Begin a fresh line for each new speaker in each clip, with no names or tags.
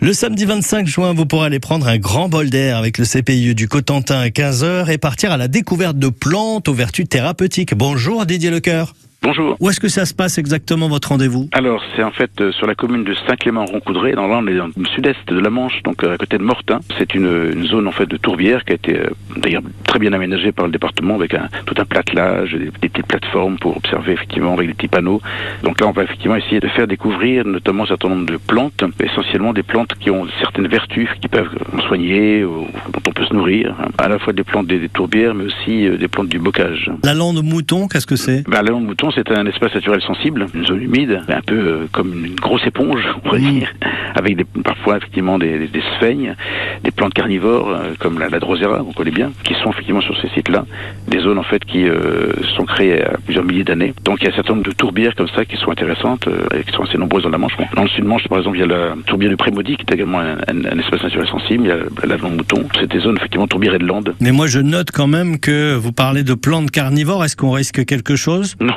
Le samedi 25 juin, vous pourrez aller prendre un grand bol d'air avec le CPIE E du Cotentin à 15h et partir à la découverte de plantes aux vertus thérapeutiques. Bonjour Didier Lecoeur.
Bonjour.
Où est-ce que ça se passe exactement votre rendez-vous
Alors, c'est en fait euh, sur la commune de Saint-Clément-Roncoudray, dans l'Anne, dans le sud-est de la Manche, donc euh, à côté de Mortain. C'est une, une zone en fait de tourbière qui a été euh, d'ailleurs très bien aménagée par le département avec un, tout un platelage, des, des petites plateformes pour observer effectivement avec des petits panneaux. Donc là, on va effectivement essayer de faire découvrir notamment un certain nombre de plantes, essentiellement des plantes qui ont certaines vertus, qui peuvent euh, soigner, ou, dont on peut se nourrir, hein. à la fois des plantes des, des tourbières, mais aussi euh, des plantes du bocage.
La lande mouton, qu'est-ce que c'est
Ben, la langue mouton, c'est un espace naturel sensible, une zone humide, un peu euh, comme une grosse éponge, on pourrait
Oui.
dire, avec des, parfois effectivement des, des, des sphègnes, des plantes carnivores euh, comme la, la drosera, on connaît bien, qui sont effectivement sur ces sites-là, des zones en fait qui euh, sont créées à plusieurs milliers d'années. Donc il y a un certain nombre de tourbières comme ça qui sont intéressantes euh, et qui sont assez nombreuses dans la Manche. Dans le sud-Manche, par exemple, il y a la tourbière du Prémaudit qui est également un, un- un espace naturel sensible, il y a la- la lande mouton, c'est des zones effectivement tourbières et de landes.
Mais moi je note quand même que vous parlez de plantes carnivores. Est-ce qu'on risque quelque chose
Non,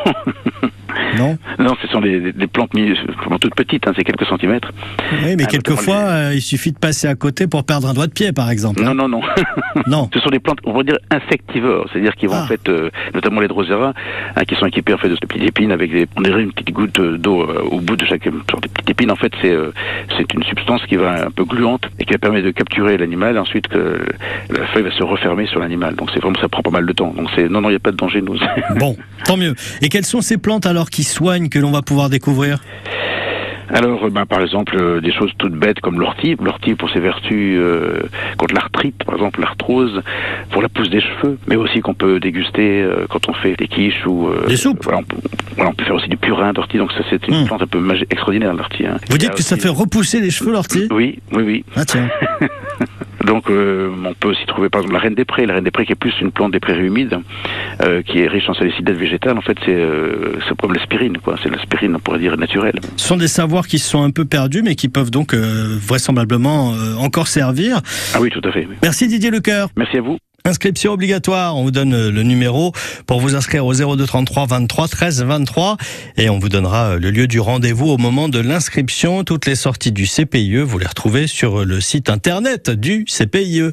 Non
non, ce sont des, des- des plantes mi- vraiment toutes petites, hein, c'est quelques centimètres.
Oui, mais
Ah,
quelquefois euh, il suffit de passer à côté pour perdre un doigt de pied par exemple. hein.
Non, non, non.
Non.
Ce sont des plantes, on va dire insectivores, c'est-à-dire qui vont
Ah.
en fait, euh, notamment les drosera, hein, qui sont équipées en fait de petites épines avec des, on dirait une petite goutte euh, d'eau euh, au bout de chaque sorte de petite épine. En fait, c'est euh, c'est une substance qui va un peu gluante et qui va permettre de capturer l'animal. Ensuite, que la feuille va se refermer sur l'animal. Donc c'est vraiment ça prend pas mal de temps. Donc c'est non, non, il n'y a pas de danger nous.
Bon, tant mieux. Et quelles sont ces plantes alors qui soignent que l'on va pouvoir découvrir
Alors, euh, ben, par exemple, euh, des choses toutes bêtes comme l'ortie. L'ortie pour ses vertus euh, contre l'arthrite, par exemple l'arthrose, pour la pousse des cheveux, mais aussi qu'on peut déguster euh, quand on fait des quiches ou... euh,
Des soupes.
voilà, on, peut- voilà, on peut faire aussi du purin d'ortie, donc ça c'est une
Mm.
plante un peu magi- extraordinaire l'ortie. hein.
Vous
Il y a
dites que ça
aussi-
fait repousser les cheveux l'ortie
Oui, oui, oui.
Ah tiens.
Donc euh, on peut aussi trouver par exemple la reine des prés, la reine des prés qui est plus une plante des prairies humides, euh, qui est riche en salicylates végétales. En fait, c'est euh, c'est comme l'aspirine, quoi. C'est l'aspirine, on pourrait dire naturelle.
Ce sont des savoirs qui se sont un peu perdus, mais qui peuvent donc euh, vraisemblablement euh, encore servir.
Ah oui, tout à fait. oui.
Merci Didier Lecoeur.
Merci à vous.
Inscription obligatoire. On vous donne euh, le numéro pour vous inscrire au 0233 23 13 23 et on vous donnera euh, le lieu du rendez-vous au moment de E, l'inscription. Toutes les sorties du CPIE, vous les retrouvez sur euh, le site internet du CPIE.